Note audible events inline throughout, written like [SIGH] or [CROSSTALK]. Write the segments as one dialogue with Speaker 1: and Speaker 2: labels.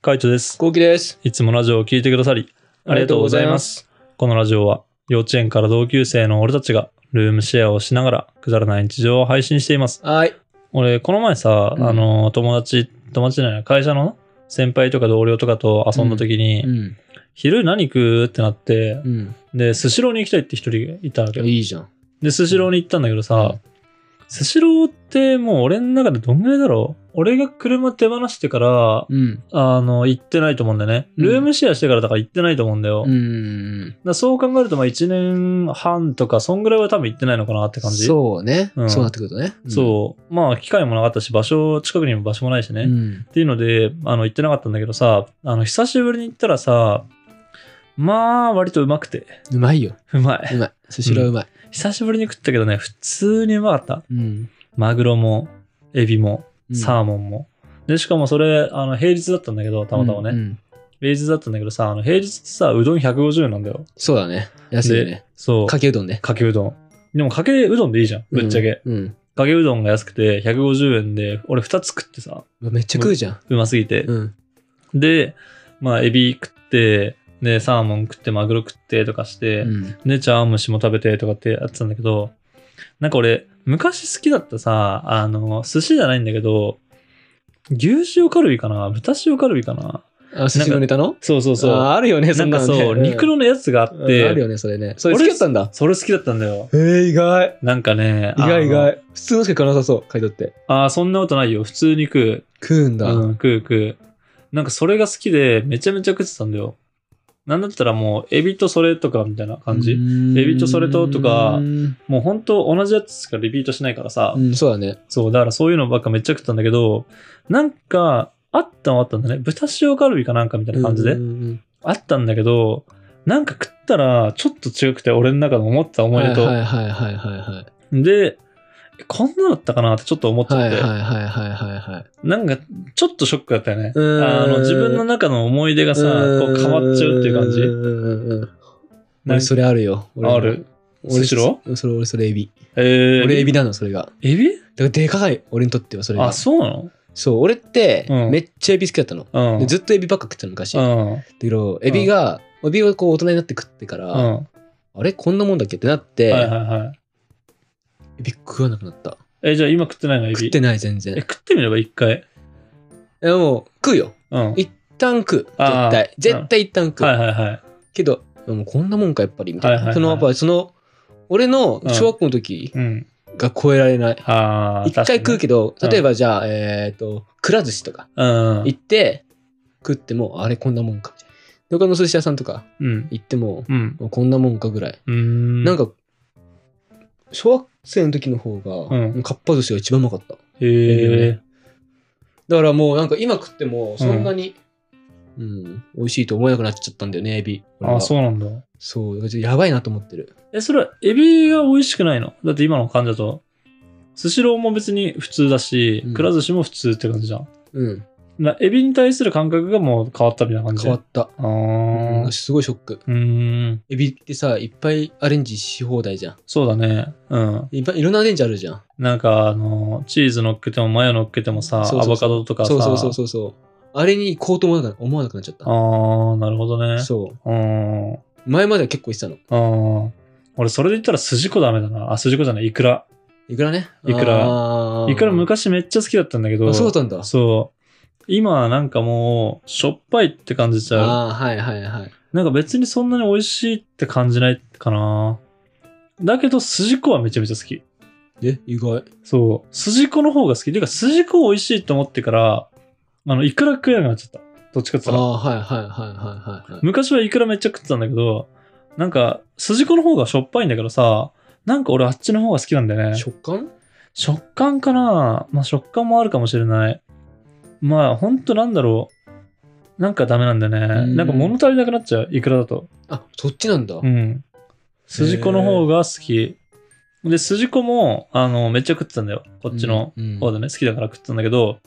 Speaker 1: カイトです。
Speaker 2: こうきです。
Speaker 1: いつもラジオを聞いてくださり、ありがとうございます。このラジオは、幼稚園から同級生の俺たちが、ルームシェアをしながら、くだらない日常を配信しています。
Speaker 2: はい。
Speaker 1: 俺、この前さ、
Speaker 2: うん
Speaker 1: あの、友達、友達じゃない、会社の先輩とか同僚とかと遊んだ時に、
Speaker 2: ん。
Speaker 1: 昼何食うってなって、
Speaker 2: うん。
Speaker 1: で、スシローに行きたいって一人いたわけよ。
Speaker 2: いいじゃん。
Speaker 1: で、スシローに行ったんだけど
Speaker 2: う
Speaker 1: さ
Speaker 2: ん、
Speaker 1: スシローってもう俺の中でどんぐらいだろう俺が車手放してから、
Speaker 2: うん。
Speaker 1: あの、行ってないと思うんだよね。
Speaker 2: うん
Speaker 1: ルームシェアしてからだから行ってないと思うんだよ。
Speaker 2: う
Speaker 1: だか
Speaker 2: ん。
Speaker 1: らそう考えると、まあ1年半とか、そんぐらいは多分行ってないのかなって感じ。
Speaker 2: そうね
Speaker 1: う。ん
Speaker 2: そうなってくるとね。
Speaker 1: うそう。まあ、機会もなかったし、場所、近くにも場所もないしね。
Speaker 2: う
Speaker 1: っ
Speaker 2: ん。
Speaker 1: ていうので、あの、行ってなかったんだけどさ、あの、久しぶりに行ったらさ、まあ、割とうまくて。
Speaker 2: うまいよ。
Speaker 1: うま
Speaker 2: う
Speaker 1: い。 [LAUGHS]
Speaker 2: まい。スシローうまい。
Speaker 1: 久しぶりに食ったけどね、普通にうまかった。
Speaker 2: うん。
Speaker 1: マグロも、エビも、サーモンも。で、しかもそれ、あの、平日だったんだけど、たまたまね。
Speaker 2: ね。
Speaker 1: 平日だったんだけどさ、あの平日ってさ、うどん150円なんだよ。
Speaker 2: そうだね。安いよね。
Speaker 1: そう。
Speaker 2: かけうどんね。
Speaker 1: かけうどん。でもかけうどんでいいじゃん、ぶっちゃけ。
Speaker 2: うん。
Speaker 1: かけうどんが安くて150円で、俺2つ食ってさ、
Speaker 2: うん。めっちゃ食うじゃん。
Speaker 1: うますぎて。
Speaker 2: うん。
Speaker 1: で、まあ、エビ食って、で、サーモン食って、マグロ食ってとかして、
Speaker 2: うん
Speaker 1: で、茶碗蒸しも食べてとかってやってたんだけど、なんか俺、昔好きだったさ、あの、寿司じゃないんだけど、牛塩カルビかな豚塩カルビかな
Speaker 2: あ、スシローネタの
Speaker 1: そうそうそう。
Speaker 2: ああるよね、
Speaker 1: なんか
Speaker 2: の
Speaker 1: そ
Speaker 2: ね
Speaker 1: う、肉のやつがあっ
Speaker 2: うん
Speaker 1: て、
Speaker 2: あるよね、それね。それ好きだったんだ。
Speaker 1: それ好きだったんだよ。
Speaker 2: えー、意外。
Speaker 1: なんかね、
Speaker 2: 意外意
Speaker 1: あの。
Speaker 2: 外。普通のしか買わなさそう、買い取って。
Speaker 1: あーそんなことないよ。普通に食
Speaker 2: 食うん
Speaker 1: う。
Speaker 2: だ。
Speaker 1: うん、食う食う。なんかそれが好きで、めちゃめちゃ食ってたんだよ。なんだったらもう、エビとそれとかみたいな感じ。エ
Speaker 2: エ
Speaker 1: ビとそれととか
Speaker 2: うん、
Speaker 1: もうほんと同じやつしかリピートしないからさ。
Speaker 2: うんそうだね。
Speaker 1: そう、だからそういうのばっかめっちゃ食ったんだけど、なんか、あったはあったんだね。豚塩カルビかなんかみたいな感じで。
Speaker 2: うんうんうん
Speaker 1: あったんだけど、なんか食ったら、ちょっと違くて、俺の中の思ってた思い出と。
Speaker 2: はいはいはいはいはい
Speaker 1: で、えこんなだったかなってちょっと思っちゃっ
Speaker 2: はい
Speaker 1: て。
Speaker 2: はいはいはいはいはい
Speaker 1: なんか、ちょっとショックだったよね。
Speaker 2: うーん
Speaker 1: あの、自分の中の思い出がさ、こう変わっちゃうっていう感じ。
Speaker 2: んうんうんうん
Speaker 1: なん
Speaker 2: 俺
Speaker 1: か
Speaker 2: それあるよ俺も
Speaker 1: ある
Speaker 2: 俺
Speaker 1: スシロ
Speaker 2: ーそれ俺それエビ
Speaker 1: えー、
Speaker 2: 俺エビなのそれが
Speaker 1: エビ
Speaker 2: だからでかい俺にとってはそれが
Speaker 1: あ、そうな
Speaker 2: そう俺って
Speaker 1: うん
Speaker 2: めっちゃエビ好きだったの
Speaker 1: のう
Speaker 2: で
Speaker 1: ん。
Speaker 2: ずっとエビばっか食ってたの昔だ
Speaker 1: うん。
Speaker 2: けどエビがエビがこう大人になって食ってか
Speaker 1: うん。
Speaker 2: ら
Speaker 1: は
Speaker 2: あれこんなもんだっけってなっ
Speaker 1: いはい
Speaker 2: て
Speaker 1: はい。
Speaker 2: エビ食わなくなった
Speaker 1: え、じゃあ今食ってないのエビ。
Speaker 2: 食ってない全
Speaker 1: え、
Speaker 2: 然
Speaker 1: 食ってみれば一回。
Speaker 2: でも食うよ
Speaker 1: うん。はい
Speaker 2: 一旦食う絶
Speaker 1: あー
Speaker 2: 対絶対一旦食う
Speaker 1: はいはい。けど、
Speaker 2: もうこんなもんかやっぱりみたいな、
Speaker 1: はいはいはい
Speaker 2: そのやっぱその俺の小学校の時
Speaker 1: うん。
Speaker 2: が超えられない
Speaker 1: ああ、
Speaker 2: 一、回食うけ
Speaker 1: ど。う
Speaker 2: ど、
Speaker 1: ん
Speaker 2: 例えばじゃあ、えっ、とくら寿司とか
Speaker 1: うん。
Speaker 2: 行って食ってもあれこんなもんかみたいな他の寿司屋さんとか
Speaker 1: うん。
Speaker 2: 行っても
Speaker 1: うん。
Speaker 2: もうこんなもんかぐらい、
Speaker 1: うん。
Speaker 2: なん、か小学生の時の方が、
Speaker 1: うん
Speaker 2: かっぱ寿司が一番うまかった
Speaker 1: へ
Speaker 2: ビ
Speaker 1: え
Speaker 2: ね。だからもうなんか今食ってもそんなに、うん美味しいと思えなくなっちゃったんだよねエビ
Speaker 1: あ、そううなんだ。
Speaker 2: そうだからちょっとやばいなと思ってる
Speaker 1: え、それはエビが美味しくないのだって今の感じだと、スシローも別に普通だし
Speaker 2: うん、
Speaker 1: くら寿司も普通って感じじゃん。
Speaker 2: うん
Speaker 1: なエビに対する感覚がもう変わったみたいな感じ
Speaker 2: 変わった
Speaker 1: あー
Speaker 2: うんすごいショック。
Speaker 1: うーん。
Speaker 2: エビってさ、いっぱいアレンジし放題じゃん。
Speaker 1: そうだね。うん。
Speaker 2: いっぱいいろんなアレンジあるじゃん。
Speaker 1: なんか、あの、チーズ乗っけても、マヨ乗っけてもさ、
Speaker 2: そうそうそ
Speaker 1: ア
Speaker 2: う
Speaker 1: ボカドとかさ。
Speaker 2: そうそうそうそうそう。あれに行こうと思わなく思わなくなっちゃった。
Speaker 1: ああ、なるほどね。
Speaker 2: そう。
Speaker 1: うーん。
Speaker 2: 前までは結構行ってた
Speaker 1: あ
Speaker 2: の。
Speaker 1: あ。俺、それで言ったら、筋子ダメだな。あ、筋子じゃない、イクラ。
Speaker 2: いくらね。
Speaker 1: いくら
Speaker 2: ら
Speaker 1: イクラ昔めっちゃ好きだったんだけど。
Speaker 2: あ、そうだったんだ。
Speaker 1: そう。今はなんかもう、しょっぱいって感じちゃう。
Speaker 2: ああ、はいはいはい。
Speaker 1: なんか別にそんなに美味しいって感じないかな。だけど、筋子はめちゃめちゃ好き。
Speaker 2: え、意外。
Speaker 1: そう。筋子の方が好き。てか、筋子美味しいと思ってから、あの、イクラ食えなくなっちゃった。どっちかって
Speaker 2: あ
Speaker 1: 言ったら。
Speaker 2: あ、はいはいはいはいはい。
Speaker 1: 昔はイクラめっちゃ食ってたんだけど、なんか、筋子の方がしょっぱいんだけどさ、なんか俺あっちの方が好きなんだよね。
Speaker 2: 食感
Speaker 1: 食感かなまあ食感もあるかもしれない。まあほんとなんだろう。なんかダメなんだよね。
Speaker 2: ん
Speaker 1: なんか物足りなくなっちゃう。いくらだと。
Speaker 2: あ、そっちなんだ。
Speaker 1: うん。筋子の方が好き。で、筋子も、あの、めっちゃ食ってたんだよ。こっちの
Speaker 2: うん
Speaker 1: 方でね、好きだから食ってたんだけど、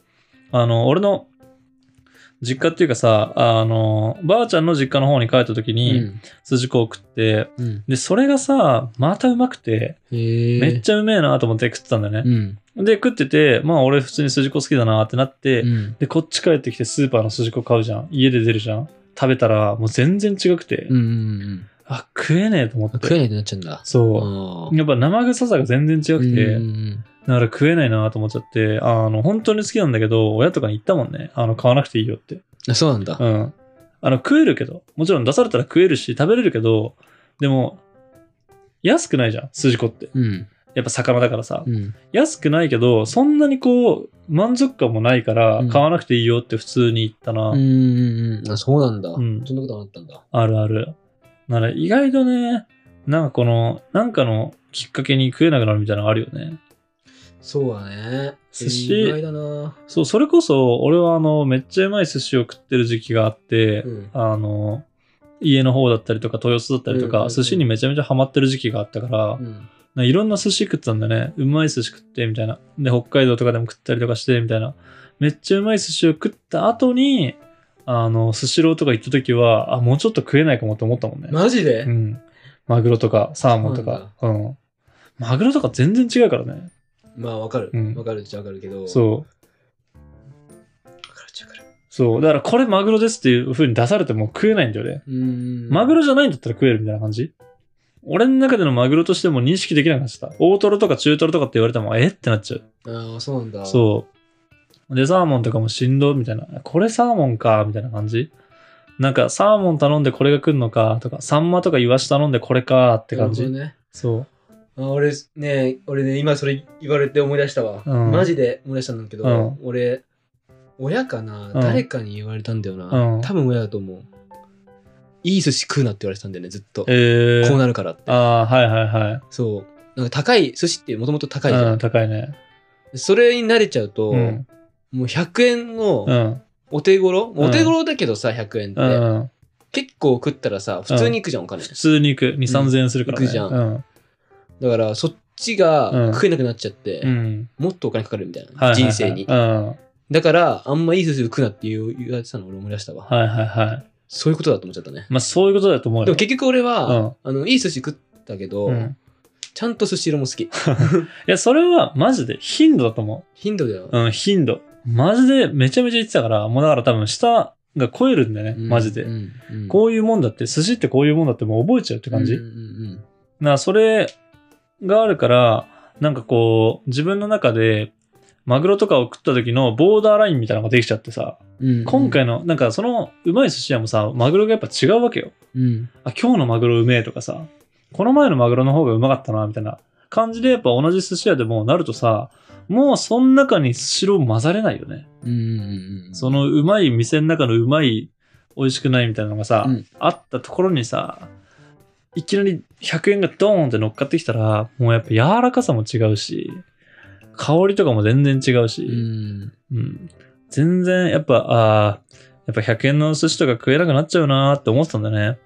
Speaker 1: あの、俺の実家っていうかさ、あの、ばあちゃんの実家の方に帰った時
Speaker 2: う
Speaker 1: に、
Speaker 2: ん。
Speaker 1: 筋子を食って、
Speaker 2: うん。
Speaker 1: で、それがさ、またうまくて、
Speaker 2: へえ。
Speaker 1: めっちゃうめえなと思って食ってたんだよ
Speaker 2: う
Speaker 1: ね。
Speaker 2: ん。
Speaker 1: で、食ってて、まあ俺普通に筋子好きだなってなって、
Speaker 2: うん。
Speaker 1: で、こっち帰ってきてスーパーの筋子買うじゃん。家で出るじゃん。食べたら、もう全然違くて、
Speaker 2: うんうんうん。
Speaker 1: あ、食えねえと思っ
Speaker 2: あ食え
Speaker 1: て。
Speaker 2: ないってなっちゃうんだ。
Speaker 1: そう。
Speaker 2: あー
Speaker 1: やっぱ生臭さが全然違
Speaker 2: う
Speaker 1: く
Speaker 2: んう
Speaker 1: て、
Speaker 2: ん
Speaker 1: だから食えないなと思っちゃって、あの、本当に好きなんだけど、親とかに言ったもんね。あの、買わなくていいよって。
Speaker 2: うん。あそうなんだ
Speaker 1: う。ん。あの、食えるけど、もちろん出されたら食えるし、食べれるけど、でも、安くないじゃん、筋子って。
Speaker 2: うん。
Speaker 1: やっぱ魚だからさ。
Speaker 2: うん。
Speaker 1: 安くないけど、そんなにこう、満足感もないから
Speaker 2: うん、
Speaker 1: 買わなくていいよって普通に言ったな。
Speaker 2: うんうんうん。あ、そうなんだ。
Speaker 1: ん
Speaker 2: そんなことがあったんだ。
Speaker 1: あるある。なら、意外とね、なんかこの、なんかのきっかけに食えなくなるみたいなのあるよね。
Speaker 2: そうだね。
Speaker 1: 寿司
Speaker 2: 意外だな。
Speaker 1: そう、それこそ、俺はあの、めっちゃうまい寿司を食ってる時期があって、
Speaker 2: うん。
Speaker 1: あの、家の方だったりとか、豊洲だったりと
Speaker 2: うんうん
Speaker 1: か
Speaker 2: う、ん
Speaker 1: 寿司にめちゃめちゃハマってる時期があったから
Speaker 2: う、ん。
Speaker 1: ないろんな寿司食ってたんだね。うまい寿司食って、みたいな。で、北海道とかでも食ったりとかして、みたいな。めっちゃうまい寿司を食った後に、あの、スシローとか行った時は、あ、もうちょっと食えないかもと思ったもんね。
Speaker 2: マジで
Speaker 1: うん。マグロとか、サーモンとか。うん。マグロとか全然違うからね。
Speaker 2: まあ、わかる
Speaker 1: う。ん
Speaker 2: わかるっちゃわかるけど。う。
Speaker 1: そう。
Speaker 2: わかるっちゃわかる。
Speaker 1: そう。だから、これマグロですっていう風に出されても食えないんだよね。
Speaker 2: うん。
Speaker 1: マグロじゃないんだったら食えるみたいな感じ俺の中でのマグロとしても認識できなくなっちゃった。大トロとか中トロとかって言われても、えってなっちゃう。
Speaker 2: ああ、そうなんだ。
Speaker 1: そう。で、サーモンとかもしんど、みたいな。これサーモンか、みたいな感じなんか、サーモン頼んでこれが来るのか、とか、サンマとかイワシ頼んでこれか、って感
Speaker 2: な
Speaker 1: じ。
Speaker 2: るほどね。
Speaker 1: そう。
Speaker 2: あ俺ね、俺ね、今それ言われて思い出したわ。
Speaker 1: うん
Speaker 2: マジで思い出したんだけど、
Speaker 1: うん
Speaker 2: 俺、親かな、
Speaker 1: ん
Speaker 2: 誰かに言われたんだよな。
Speaker 1: うん
Speaker 2: 多分親だと思う。いい寿司食うなって言われてたんだよね、ずっと。
Speaker 1: え
Speaker 2: こ
Speaker 1: ー。
Speaker 2: うなるからって。
Speaker 1: ああー、はいはいはい。
Speaker 2: そう。なんか高い、寿司ってもともと高いじゃ
Speaker 1: うんん、。高いね。
Speaker 2: それに慣れちゃうと、
Speaker 1: うん。
Speaker 2: もう100円の
Speaker 1: うん。
Speaker 2: お手頃、
Speaker 1: うん
Speaker 2: お手頃だけどさ、100円って。
Speaker 1: うん。
Speaker 2: 結構食ったらさ、普通に行くじゃん、お金。
Speaker 1: 普通に行く。2、3000円するからね。
Speaker 2: 行くじゃん
Speaker 1: うん。
Speaker 2: だから、そっちが
Speaker 1: うん
Speaker 2: 食えなくなっちゃって、
Speaker 1: うん。
Speaker 2: もっとお金かかるみたいな、
Speaker 1: はいはいはい
Speaker 2: 人生に。
Speaker 1: うん。はい
Speaker 2: だから、あんまいい寿司食うなって言う言われてたの俺思い出したわ。
Speaker 1: はいはい。
Speaker 2: そういうことだと思っちゃったね。
Speaker 1: まあそういうことだと思うよ。
Speaker 2: でも結局俺は、
Speaker 1: うん
Speaker 2: あの、いい寿司食ったけど、
Speaker 1: うん、
Speaker 2: ちゃんと寿司色も好き。
Speaker 1: いや、それはマジで頻度だと思
Speaker 2: 頻度だよ。
Speaker 1: う。うん、頻度。マジでめちゃめちゃ言ってたから、もうだから多分下が超えるんだよね、
Speaker 2: うん
Speaker 1: マジで。
Speaker 2: うんうん
Speaker 1: こういうもんだって、寿司ってこういうもんだってもう覚えちゃうって感じ。
Speaker 2: うんうん
Speaker 1: な、それがあるから、なんかこう、自分の中で、マグロとかを食った時のボーダーラインみたいなのができちゃってさ、
Speaker 2: うんうん
Speaker 1: 今、回の、なんかそのうまい寿司屋もさ、マグロがやっぱ違うわけよ。
Speaker 2: うん
Speaker 1: あ、今日のマグロうめえとかさ、この前のマグロの方がうまかったな、みたいな感じでやっぱ同じ寿司屋でもなるとさ、もうその中に白混ざれないよね。
Speaker 2: うんうんうん、
Speaker 1: そのうまい店の中のうまい、美味しくないみたいなのがさ、
Speaker 2: うん
Speaker 1: あったところにさ、いきなり100円がドーンって乗っかってきたら、もうやっぱ柔らかさも違うし、香りとかも全然違う
Speaker 2: う
Speaker 1: し、
Speaker 2: ん、
Speaker 1: うん全然やっぱ、ああ、やっぱ100円の寿司とか食えなくなっちゃうなーって思ってたんだね。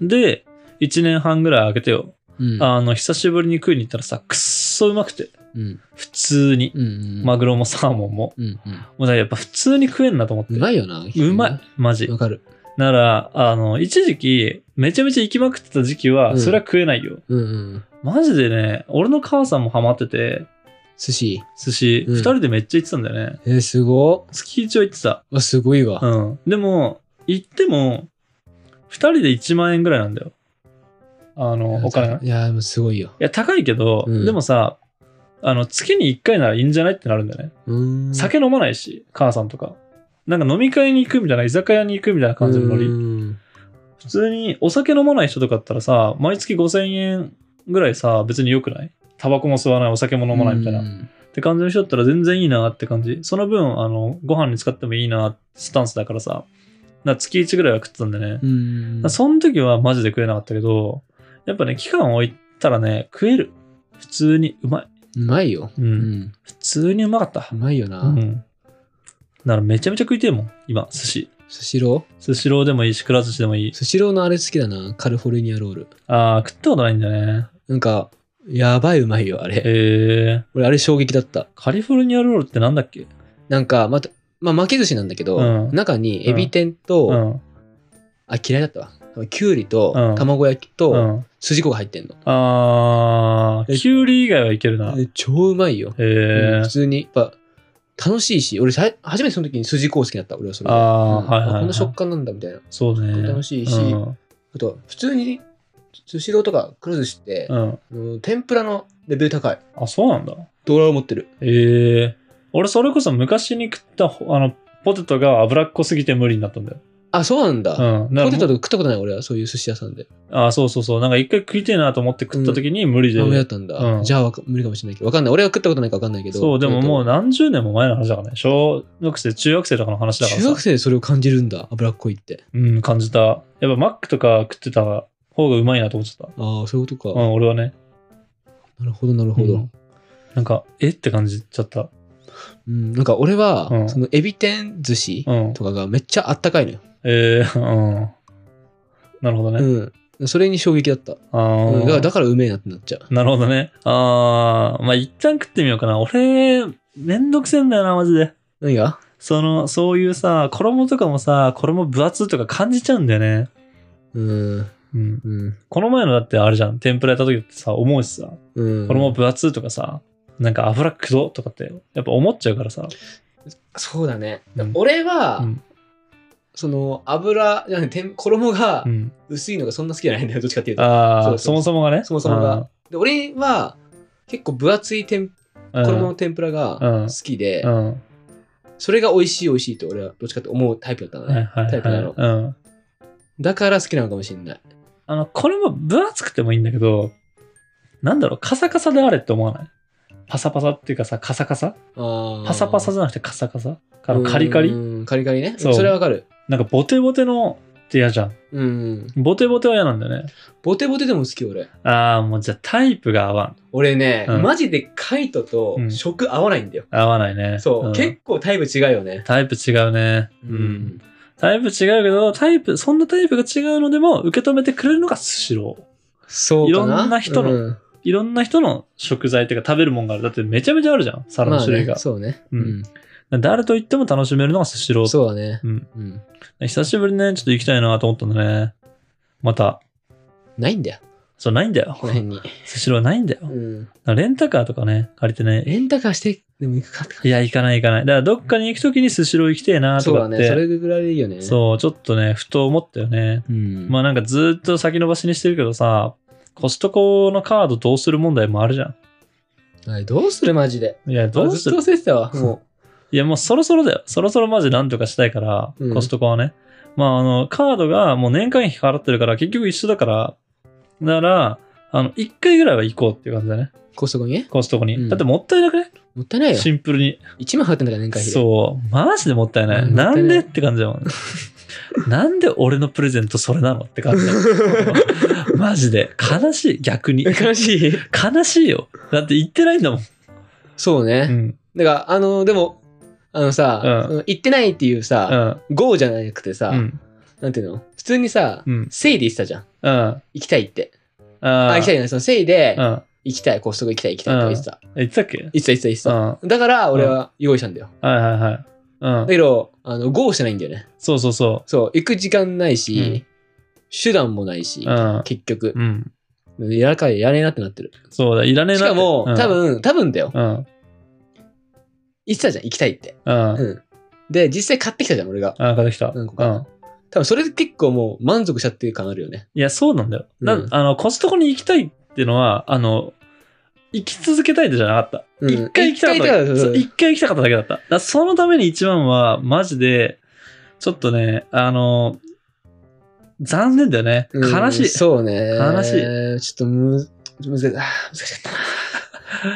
Speaker 1: で、1年半ぐらい空けてよ。
Speaker 2: うん、
Speaker 1: あの、久しぶりに食いに行ったらさ、くっそうまくて。
Speaker 2: うん、
Speaker 1: 普通に。
Speaker 2: うんうん、
Speaker 1: マグロもサーモンも。
Speaker 2: うんうん、
Speaker 1: もうだからやっぱ普通に食えんなと思って。
Speaker 2: うまいよな。
Speaker 1: うまい。マジ。
Speaker 2: わかる。
Speaker 1: なら、あの、一時期、めちゃめちゃ行きまくってた時期
Speaker 2: う
Speaker 1: は、
Speaker 2: ん
Speaker 1: それは食えないよ。
Speaker 2: うんうん。
Speaker 1: マジでね、俺の母さんもハマってて、
Speaker 2: 寿司。
Speaker 1: 寿司、
Speaker 2: うん
Speaker 1: 二人でめっちゃ行ってたんだよね。
Speaker 2: えー、すご
Speaker 1: 月一は行ってた。
Speaker 2: っ。あ、すごいわ。
Speaker 1: うん。でも、行っても、二人で1万円ぐらいなんだよ。あの、お金が。い
Speaker 2: いやー、もうすごいよ。
Speaker 1: や、高いけど、
Speaker 2: うん
Speaker 1: でもさ、あの、月に1回ならいいんじゃないってなるんだよね。
Speaker 2: うーん。
Speaker 1: 酒飲まないし、母さんとか。なんか飲み会に行くみたいな、居酒屋に行くみたいな感じのノ
Speaker 2: う
Speaker 1: リ。
Speaker 2: ーん
Speaker 1: 普通にお酒飲まない人とかだったらさ、毎月5000円ぐらいさ、別に良くないタバコも吸わない、お酒も飲まないみたいな。
Speaker 2: う
Speaker 1: っ
Speaker 2: ん
Speaker 1: て感じの人だったら全然いいなって感じ。その分、あの、ご飯に使ってもいいなってスタンスだからさ。だから月1ぐらいは食ってたんでね。
Speaker 2: うん
Speaker 1: まあその時はマジで食えなかったけど、やっぱね、期間を置いたらね、食える。普通にうまい。
Speaker 2: うまいよ。
Speaker 1: うん。
Speaker 2: うん。
Speaker 1: 普通にうまかった
Speaker 2: う。まいよ
Speaker 1: う
Speaker 2: な。
Speaker 1: ん。だからめちゃめちゃ食いてえもん、今、寿司。
Speaker 2: スシロ
Speaker 1: 寿司ローでもいいし、くら寿司でもいい
Speaker 2: ー。スシローのあれ好きだな。カルフォルニアロール。
Speaker 1: あー、食ったことないんだね。
Speaker 2: なんか、やばいうまいよ、あれ。
Speaker 1: えー、
Speaker 2: 俺、あれ衝撃だった。
Speaker 1: カリフォルニアロールってなんだっけ
Speaker 2: なんか、また、まあ巻き寿司なんだけど、
Speaker 1: うん
Speaker 2: 中にエビ天と、
Speaker 1: うん。
Speaker 2: あ、嫌いだったわ。きゅうりと
Speaker 1: うん
Speaker 2: 卵焼き
Speaker 1: う
Speaker 2: と
Speaker 1: ん。
Speaker 2: 筋子が入ってんの。
Speaker 1: あー、
Speaker 2: え
Speaker 1: キュウリ以外はいけるな。へ
Speaker 2: え超うまいよ。
Speaker 1: え
Speaker 2: うん普。通に、やっぱ、楽しいし、俺さい、初めてその時に筋子を好きになった、俺はそれで。
Speaker 1: あー
Speaker 2: うん
Speaker 1: はいはいはい
Speaker 2: あこの食感なんだ、みたいな。
Speaker 1: そうね。
Speaker 2: 楽しいし
Speaker 1: うん。
Speaker 2: あと、普通に、スシローとかくる寿司って、
Speaker 1: うん
Speaker 2: うん天ぷらのレベル高い。
Speaker 1: あ、そうなんだ。
Speaker 2: ドラを持ってる。
Speaker 1: ええ。俺、それこそ昔に食ったほ、あの、ポテトが脂っこすぎて無理になったんだよ。
Speaker 2: あ、そうなんだ。
Speaker 1: うん。だから
Speaker 2: ポテトとか食ったことない俺は、そういう寿司屋さんで。
Speaker 1: あ、そうそうそう。なんか一回食いてえなと思って食った時に無理で。
Speaker 2: ダメだったんだ。
Speaker 1: うん
Speaker 2: じゃあわか無理かもしれないけど、わかんない。俺は食ったことないからわかんないけど。
Speaker 1: そう、でももう
Speaker 2: な、
Speaker 1: 何十年も前の話だからね。小学生、中学生とかの話だから
Speaker 2: 中
Speaker 1: さ
Speaker 2: 学。生でそれを感じるんだ、脂っこいって。
Speaker 1: うん、感じた。やっぱマックとか食ってた方がうまいなと思っちゃっ
Speaker 2: ああ、そういうこ
Speaker 1: た。う
Speaker 2: とか。
Speaker 1: ん、俺はね。
Speaker 2: なるほど、なるほど。
Speaker 1: う
Speaker 2: うんん、
Speaker 1: なんか、えって感じちゃった。
Speaker 2: なんか俺は、
Speaker 1: うん
Speaker 2: そのエビ天寿司
Speaker 1: うん。
Speaker 2: とかがめっちゃあったかいのよ。
Speaker 1: えー、うん。なるほどね。
Speaker 2: うん。それに衝撃だった。
Speaker 1: あ
Speaker 2: うん、
Speaker 1: ー
Speaker 2: だから、だからうめえなってなっちゃう。
Speaker 1: なるほどね。あー、まあ一旦食ってみようかな。俺、めんどくせえんだよな、マジで。
Speaker 2: 何が
Speaker 1: その、そういうさ、衣とかもさ、衣分厚とか感じちゃうんだよね。
Speaker 2: うん、
Speaker 1: うん。
Speaker 2: うん、
Speaker 1: この前のだってあれじゃん。天ぷらやった時ってさ、思うしさ。
Speaker 2: うん。
Speaker 1: 衣分厚とかさ、なんか油くどとかって、やっぱ思っちゃうからさ。
Speaker 2: そうだね。
Speaker 1: うん
Speaker 2: 俺は、
Speaker 1: うん
Speaker 2: その油、じゃない天衣が
Speaker 1: うん。
Speaker 2: 薄いのがそんな好きじゃないんだよ、どっちかっていうと。
Speaker 1: ああ、そ
Speaker 2: そうそう
Speaker 1: もそもがね。
Speaker 2: そもそもが。で俺は結構分厚い天
Speaker 1: あー。
Speaker 2: 衣の天ぷら
Speaker 1: うん
Speaker 2: が好きで、
Speaker 1: うん。うん。
Speaker 2: それが美味しい美味しいって俺はどっちかって思うタイプだったのね。
Speaker 1: はいはい
Speaker 2: タイプだろ
Speaker 1: はい。うん。
Speaker 2: だから好きなのかもしれない。
Speaker 1: あの、これも分厚くてもいいんだけど、なんだろう、カサカサであれって思わないパサパサっていうかさ、カサカサパ
Speaker 2: パ
Speaker 1: サパサじゃなくてカサカサあのカリカリ
Speaker 2: カリカリね。
Speaker 1: そう
Speaker 2: それはわかる。
Speaker 1: なんかボテボテのって嫌じゃん。
Speaker 2: うん。
Speaker 1: ボテボテは嫌なんだよね。
Speaker 2: ボテボテでも好き俺。
Speaker 1: ああ、もうじゃあタイプが合わん。
Speaker 2: 俺ね、
Speaker 1: うん
Speaker 2: マジでカイトと
Speaker 1: うん
Speaker 2: 食合わないんだよ。
Speaker 1: 合わないね。
Speaker 2: そう、
Speaker 1: ん
Speaker 2: 結構タイプ違うよね。
Speaker 1: タイプ違うね。うん。タイプ違うけど、タイプ、そんなタイプが違うのでも受け止めてくれるのがスシロー。
Speaker 2: そうかな。
Speaker 1: いろんな人の
Speaker 2: うん
Speaker 1: いろんな人の食材っていうか食べるもんがある。だってめちゃめちゃあるじゃん、皿の種類が。
Speaker 2: まあねそうね。
Speaker 1: う
Speaker 2: うんん。
Speaker 1: 誰と行っても楽しめるのがスシロー。
Speaker 2: そうだね。
Speaker 1: うん。
Speaker 2: うん。
Speaker 1: 久しぶりにね、ちょっと行きたいなと思ったんだね。また、
Speaker 2: ないんだよ。
Speaker 1: そう、ないんだよ
Speaker 2: こ。の辺に。
Speaker 1: スシローないんだよ。だか
Speaker 2: うん。
Speaker 1: らレンタカーとかね、借りてね、
Speaker 2: レンタカーして、でも行くかって
Speaker 1: いや、行かない行かない。だから、どっかに行くときにスシロー行きてえなと
Speaker 2: そう
Speaker 1: か
Speaker 2: だ
Speaker 1: って。
Speaker 2: ね。それぐらいでいいよね。う。
Speaker 1: そうちょっとね、ふと思ったよね。
Speaker 2: うん。
Speaker 1: まあなんかずーっと先延ばしにしてるけどさ、コストコのカードどうする問題もあるじゃ
Speaker 2: あれどうするマジで。
Speaker 1: ん。いや、どうする
Speaker 2: ずっと忘れてた
Speaker 1: [LAUGHS]
Speaker 2: わ。も
Speaker 1: いや、もうそろそろだよ。そろそろマジなんとかしたいから、
Speaker 2: うん
Speaker 1: コストコはね。まああの、カードがもう年間費払ってるから、結局一緒だから、だから、あの、一回ぐらいは行こうっていう感じだね。
Speaker 2: う、コストコにね。
Speaker 1: コストコに。
Speaker 2: うん
Speaker 1: だってもったいなくね
Speaker 2: もったいないよ。
Speaker 1: シンプルに。
Speaker 2: 1万払ってんだから年会費で。
Speaker 1: そう。マジでもったいない。
Speaker 2: うん
Speaker 1: な
Speaker 2: も
Speaker 1: ん
Speaker 2: ったいな
Speaker 1: で
Speaker 2: い
Speaker 1: って感じだもんね。なんで俺のプレゼントそれなのって感
Speaker 2: [LAUGHS]
Speaker 1: じだマジで。悲しい。逆に。
Speaker 2: 悲しい。
Speaker 1: 悲しいよ。だって言ってないんだもん。
Speaker 2: そう
Speaker 1: う
Speaker 2: ね。
Speaker 1: ん。
Speaker 2: だから、あの、でも、あのさ、
Speaker 1: うん
Speaker 2: その行ってないっていう
Speaker 1: う
Speaker 2: さ、
Speaker 1: ん。
Speaker 2: ゴーじゃなくてさ、
Speaker 1: うん。
Speaker 2: なんていうの普通にさ、
Speaker 1: うん。
Speaker 2: せいで言ってたじゃん。
Speaker 1: うん。あ
Speaker 2: 行きたいって。あ、
Speaker 1: あ
Speaker 2: 行きたいじゃない。そのせいで
Speaker 1: う、ん。
Speaker 2: 行きたい、コストコ行きたい、行きたいって言ってた。
Speaker 1: 言ってたっけうん。
Speaker 2: 言ってた、言ってた、言ってた。
Speaker 1: はい
Speaker 2: だから、俺は用意したんだよ。
Speaker 1: はいはい。うん
Speaker 2: だ。けど、あの、ゴーしてないんだよね。
Speaker 1: そうそうそ
Speaker 2: そう、行く時間ないし、
Speaker 1: う
Speaker 2: 手段もないし
Speaker 1: う。う、ん。
Speaker 2: 結局、
Speaker 1: うん。
Speaker 2: やらかい、やれなってなってる。
Speaker 1: そうだ。いらねえ
Speaker 2: し
Speaker 1: な。
Speaker 2: かも、
Speaker 1: うん
Speaker 2: 多。分、多分だよ。
Speaker 1: うん。
Speaker 2: 言ってたじゃん、行きたいって。
Speaker 1: うん。うん
Speaker 2: うん。で、実際買ってきたじゃん、俺が。
Speaker 1: あ、買ってきた。う
Speaker 2: 何個か
Speaker 1: ん。
Speaker 2: 多分それで結構もう満足しちゃってる感あるよね。
Speaker 1: いや、そうなんだよ。な
Speaker 2: うん
Speaker 1: あの、コストコに行きたいっていうのは、あの、行き続けたいってじゃなかった。
Speaker 2: うん
Speaker 1: 一、回行きたかっ。
Speaker 2: 一回行きたかったた
Speaker 1: そう一回行きたかっただけだった。だからそのために一番は、マジで、ちょっとね、あの、残念だよね。
Speaker 2: うん
Speaker 1: 悲しい。
Speaker 2: そうね。
Speaker 1: 悲し
Speaker 2: い。ちょっとむ、むず、あー難しかったな。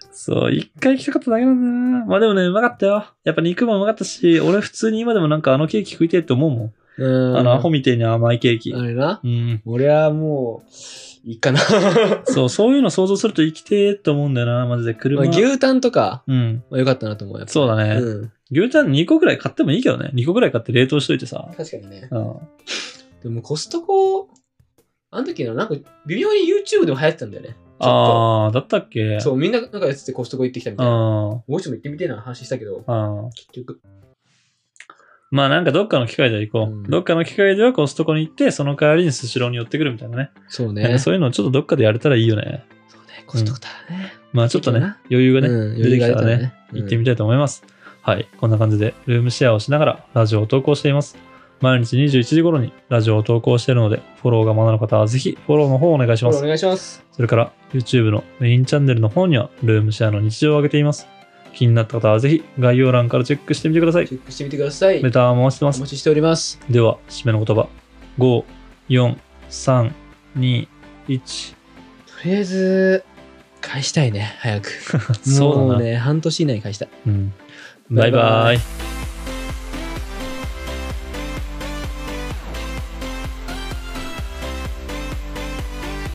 Speaker 1: [LAUGHS] そう、一回行きたかっただけなんだよな。まあでもね、うまかったよ。やっぱ肉もうまかったし、俺普通に今でもなんかあのケーキ食いてえって思うもん。
Speaker 2: うん。
Speaker 1: あの、アホみてえに甘いケーキ。
Speaker 2: あれな。
Speaker 1: うん。
Speaker 2: 俺はもう、いいかな。
Speaker 1: そう、そういうの想像すると生きてえって思うんだよな、マジで。
Speaker 2: ま
Speaker 1: 車。
Speaker 2: あ、牛タンとか、
Speaker 1: うん。
Speaker 2: まあ、よかったなと思うやつ。
Speaker 1: そうだね。
Speaker 2: うん。
Speaker 1: 牛タン2個ぐらい買ってもいいけどね。2個ぐらい買って冷凍しといてさ。
Speaker 2: 確かにね。
Speaker 1: うん。
Speaker 2: でもコストコ、あの時のなんか微妙に YouTube でも流行ってたんだよね。ちょっ
Speaker 1: ああ、だったっけ
Speaker 2: と。そう、みんななんかやっててコストコ行ってきたみ
Speaker 1: う
Speaker 2: たいな。
Speaker 1: ん。うん。
Speaker 2: もう一度行ってみたいな話したけど、結局。
Speaker 1: まあなんかどっかの機会では行こう。
Speaker 2: うん
Speaker 1: どっかの機会ではコストコに行って、その代わりにスシローに寄ってくるみたいなね。
Speaker 2: そう
Speaker 1: なん
Speaker 2: ね。
Speaker 1: か
Speaker 2: そ
Speaker 1: そういうのをちょっとどっかでやれたらいいよね。
Speaker 2: うね。コストコだね。
Speaker 1: まあちょっとね、
Speaker 2: いいかな
Speaker 1: 余裕がね、
Speaker 2: うん
Speaker 1: 出てきたらね、行
Speaker 2: 行
Speaker 1: ってみたいと思います。はい。こんな感じで、ルームシェアをしながらラジオを投稿しています。毎日21時頃にラジオを投稿しているので、フォローがまだの方はぜひフォローの方をお願いし
Speaker 2: お
Speaker 1: ます。
Speaker 2: 願いします。
Speaker 1: それから YouTube のメインチャンネルの方にはルームシェアの日常を上げています。気になった方はぜひ概要欄からチェックしてみてください
Speaker 2: チ。ェックしてみてください。
Speaker 1: メター回してま
Speaker 2: お
Speaker 1: す。
Speaker 2: 待ちしております。
Speaker 1: では、締めの言葉。5、4、3、2、1。
Speaker 2: とりあえず、返したいね、早く。
Speaker 1: [LAUGHS] [LAUGHS] そうだ
Speaker 2: も
Speaker 1: な。
Speaker 2: ね、半年以内に返したい。
Speaker 1: うん、バ
Speaker 2: バ
Speaker 1: イ
Speaker 2: イ
Speaker 1: バ
Speaker 2: バ
Speaker 1: イ
Speaker 2: イ。